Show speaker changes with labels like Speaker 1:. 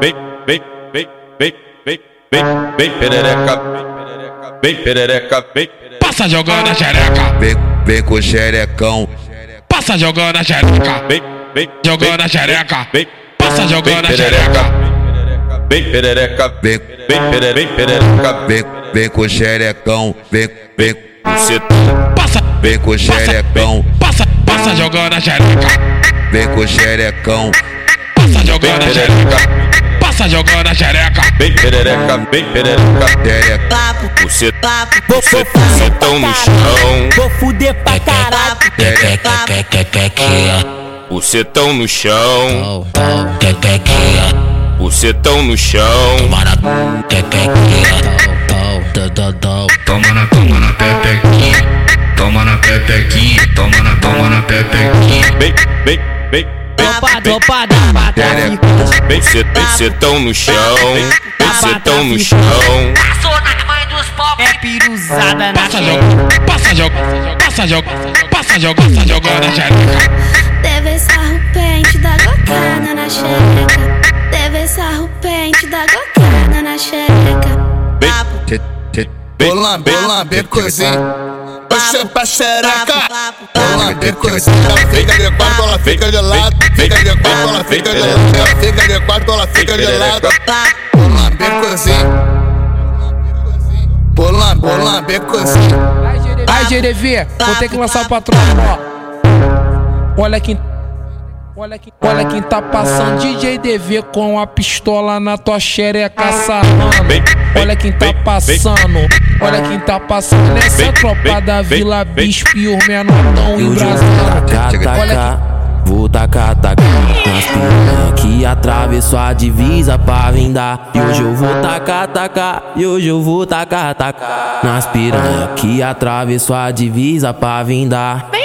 Speaker 1: bem, bem, bem, bem, bem, bem perereca, bem perereca, bem.
Speaker 2: Passa jogando a xereca,
Speaker 3: Vem, vem com o xerecão.
Speaker 2: passa jogando a xereca,
Speaker 1: Bem, bem,
Speaker 2: jogando a xereca, passa jogando a xereca,
Speaker 1: xereca, bem perereca,
Speaker 3: Vem,
Speaker 1: bem pere- bem perereca,
Speaker 3: vem, vem com o xerecão. Vem, vem,
Speaker 1: cê
Speaker 2: passa,
Speaker 3: vem com o xerecão.
Speaker 2: passa, passa jogando a xereca,
Speaker 3: Vem com o xerecão.
Speaker 2: passa jogando a xereca,
Speaker 1: perereca,
Speaker 2: passa jogando a xereca.
Speaker 1: bem perereca, bem perereca,
Speaker 3: Xerecão.
Speaker 4: papo,
Speaker 1: cê
Speaker 4: papo,
Speaker 5: Vou fuder pra
Speaker 1: tão no
Speaker 5: caralho.
Speaker 1: chão.
Speaker 5: Vou fuder pra caralho.
Speaker 4: papo, papo,
Speaker 1: o setão no chão, o setão no chão,
Speaker 6: Toma na, toma na pepequinha. Toma na pepequinha. Toma na, toma na pepequinha.
Speaker 1: bem, bem, bem,
Speaker 5: Tropa,
Speaker 1: bem,
Speaker 5: tropa da
Speaker 3: Xerecão.
Speaker 5: patafica.
Speaker 1: bem, cê setão no chão, setão no chão,
Speaker 5: É piruzada na
Speaker 2: Passa jogando, passa jogando, passa jogando, passa jogando, passa jogando a xereca,
Speaker 7: Deve sarro o pente da gocada na xereca. Deve sarro o pente da gocada na xereca.
Speaker 4: papo,
Speaker 3: Tchê, tchê.
Speaker 8: Bolam, bolam, becozinho. Puxa é pra xereca.
Speaker 4: papo,
Speaker 8: Bolam, becozinho. Ela fica de quatro, ela fica de lado. Fica de quatro, ela fica de lado. Ela fica de quatro, ela fica de lado.
Speaker 4: papo,
Speaker 8: Bolam, becozinho. Bolam, bolam, becozinho.
Speaker 9: Ai, GDV, vou ter que lançar pra tropa, ó. Olha quem. Olha quem, olha quem tá passando DJ DV com a pistola na tua xereca sarrando. Olha quem tá passando, olha quem tá passando nessa tropa da Vila Bispo e os menorão e
Speaker 10: tá
Speaker 9: brasileiro. Olha
Speaker 10: Vou tacar, tacar nas piranha que atravessou a divisa pra vindar. E hoje eu vou tacar, tacar, e hoje eu vou tacar, tacar nas piranha que atravessou a divisa pra vindar.